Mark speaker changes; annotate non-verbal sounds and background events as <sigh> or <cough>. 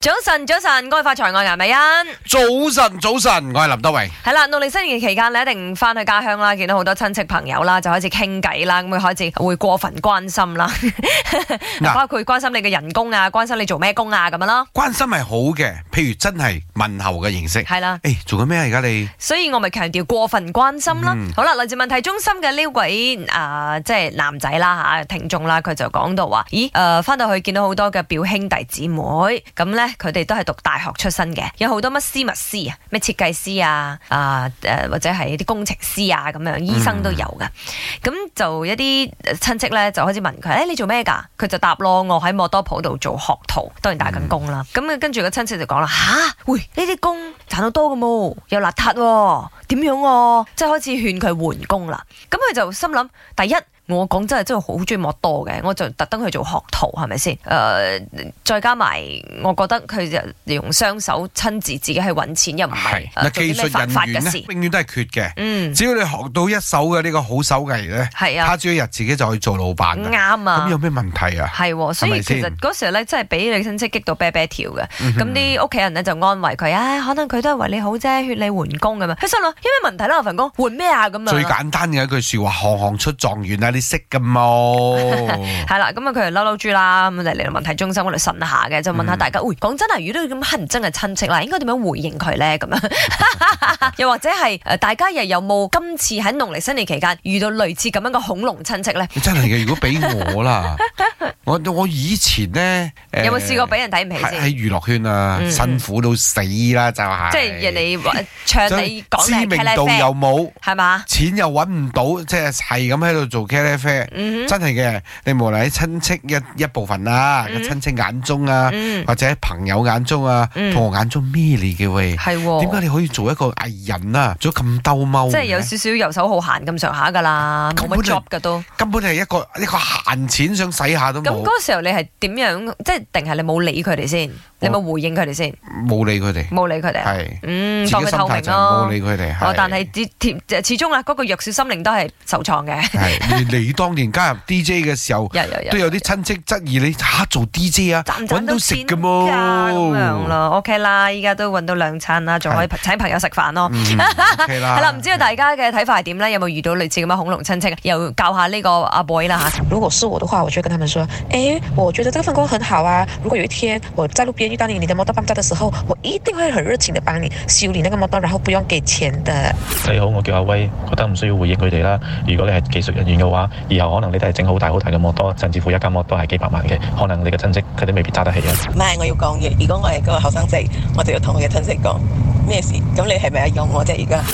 Speaker 1: 早晨，早晨，我係發財，我係顏美欣。
Speaker 2: 早晨，早晨，我係林德榮。
Speaker 1: 係啦，農曆新年期間你一定翻去家鄉啦，見到好多親戚朋友啦，就開始傾偈啦，咁佢開始會過分關心啦，
Speaker 2: 嗱
Speaker 1: <laughs> 包括關心你嘅人工啊，關心你做咩工啊咁樣咯，
Speaker 2: 關心係好嘅，譬如真係問候嘅形式。誒、
Speaker 1: 係啦。
Speaker 2: 做緊咩啊而家你？
Speaker 1: 所以我咪強調過分關心啦。
Speaker 2: 嗯
Speaker 1: 好啦，來自問題中心嘅呢位啊、即係男仔啦嚇，聽眾啦，佢就講到話：咦，誒、翻到去見到好多嘅表兄弟姊妹，咁咧佢哋都係讀大學出身嘅，有好多乜私密師啊，咩設計師啊，啊、誒或者係啲工程師啊咁樣，醫生都有噶。咁、就一啲親戚咧就開始問佢：誒、你做咩㗎？佢就答咯，我喺摩多普度做學徒，當然打緊工啦。
Speaker 2: 嗯
Speaker 1: 咁啊、跟住個親戚就講啦：吓，喂，呢啲工賺到多嘅冇，又邋遢喎，點樣喎？即係開始勸佢換工啦。咁佢就心諗：第一。我講真係真係好中意莫多嘅，我就特登去做學徒，係咪先？誒、再加埋，我覺得佢就用雙手親自自己去揾錢，又唔係
Speaker 2: 係
Speaker 1: 呃
Speaker 2: 嗱，
Speaker 1: 做啲
Speaker 2: 技
Speaker 1: 咩
Speaker 2: 術
Speaker 1: 犯法
Speaker 2: 人員
Speaker 1: 嘅
Speaker 2: 咧
Speaker 1: 事，。
Speaker 2: 永遠都係缺嘅。
Speaker 1: 嗯，
Speaker 2: 只要你學到一手嘅呢個好手藝咧，
Speaker 1: 係啊
Speaker 2: 他，朝一日自己就可以做老闆㗎。
Speaker 1: 啱啊
Speaker 2: 咁。有咩問題啊？
Speaker 1: 係喎，所
Speaker 2: 係
Speaker 1: 以
Speaker 2: 咪
Speaker 1: 其
Speaker 2: 先嗯
Speaker 1: 實嗰時候咧，真係俾你親戚激到啤啤跳嘅。咁啲屋企人咧就安慰佢，唉、可能佢都係為你好啫，血你換工咁樣。佢心諗，因為問題啦，我份工換咩啊咁樣。
Speaker 2: 最簡單嘅一句説話，行行出狀元啊！你識㗎
Speaker 1: <laughs>
Speaker 2: 冇？
Speaker 1: 係啦，咁啊佢就嬲嬲豬啦，咁啊嚟嚟問題中心嗰度呻下嘅，就問
Speaker 2: 嗯
Speaker 1: 下大家，喂，講真啊，如果都咁乞人憎嘅親戚啦，啊應該點樣回應佢咧？咁樣，
Speaker 2: <laughs>
Speaker 1: 又或者係誒，大家又有冇今次喺農曆新年期間遇到類似咁樣嘅恐龍親戚咧？
Speaker 2: 你真係嘅，如果俾我
Speaker 1: <laughs>
Speaker 2: 啦，我我以前咧，誒
Speaker 1: 有冇試過俾人睇唔起
Speaker 2: 喺喺
Speaker 1: 先？
Speaker 2: 娛樂圈啊，
Speaker 1: 嗯
Speaker 2: 辛苦到死啦，就係、
Speaker 1: 即係人哋話唱你講
Speaker 2: 知
Speaker 1: 你
Speaker 2: 名
Speaker 1: 係茄喱
Speaker 2: 度
Speaker 1: 啡
Speaker 2: 又冇，
Speaker 1: 係嘛？
Speaker 2: 錢又揾唔到，即係係咁喺度做茄喱啡，
Speaker 1: 嗯哼
Speaker 2: 真係嘅。你無論喺親戚一一部分啊，
Speaker 1: 嗯
Speaker 2: 嘅親戚眼中啊，
Speaker 1: 嗯，
Speaker 2: 或者喺朋友眼中啊，
Speaker 1: 嗯
Speaker 2: 同學眼中咩嚟嘅喂？
Speaker 1: 係
Speaker 2: 點解
Speaker 1: 喎。
Speaker 2: 你可以做一個藝人啊？做咗咁兜踎嘅，
Speaker 1: 即係有少少遊手好閒咁上下㗎啦，冇
Speaker 2: 根本
Speaker 1: 乜
Speaker 2: 就
Speaker 1: job 㗎都。
Speaker 2: 根本係一個一個閒錢想使下都
Speaker 1: 咁
Speaker 2: 冇，
Speaker 1: 嗰時候你係點樣？即係定係你冇理佢哋先？你有冇回應佢哋先？
Speaker 2: 冇理佢哋，
Speaker 1: 冇理佢哋啊。
Speaker 2: 係
Speaker 1: 嗯，
Speaker 2: 自
Speaker 1: 當
Speaker 2: 己嘅
Speaker 1: 佢
Speaker 2: 心
Speaker 1: 透
Speaker 2: 態
Speaker 1: 明
Speaker 2: 就冇
Speaker 1: 咯。
Speaker 2: 理佢哋。
Speaker 1: 哦，但係始始終啊，嗰個弱小心靈都係受創嘅。
Speaker 2: <laughs> 係你你當年加入 DJ 嘅時候。
Speaker 1: 有有有，
Speaker 2: 都有啲親戚質疑你嚇做 DJ 啊，
Speaker 1: 賺唔賺
Speaker 2: 揾到食
Speaker 1: 錢
Speaker 2: 嘅
Speaker 1: 㗎咁樣
Speaker 2: 喎。
Speaker 1: 咯。OK 啦，依家都揾到兩餐啦，仲可以請朋友食飯咯。 <laughs>
Speaker 2: 嗯 OK 啦
Speaker 1: 係啦，唔知道大家嘅睇法係點咧？有冇遇到類似咁嘅恐龍親戚？又教下呢個阿 boy 啦嚇。
Speaker 3: 如果是我的话，我就会跟他们说，哎，我觉得这个份工很好啊。如果有一天我在路边遇到你，你的摩托搬家的时候，我一定会很热情的帮你修理那个摩托，然后不用给钱的。
Speaker 4: 你好，我叫阿威，覺得唔需要回應佢哋啦。如果你係技術人員嘅話，以後可能你都係整好大好大嘅摩多，甚至乎一間摩多係幾百萬嘅，可能你嘅親戚佢哋未必揸得起啊。
Speaker 5: 唔係，我要講嘢。如果我係嗰個後生仔，我就要同我嘅親戚講咩事。咁你係咪啊用我啫？而家？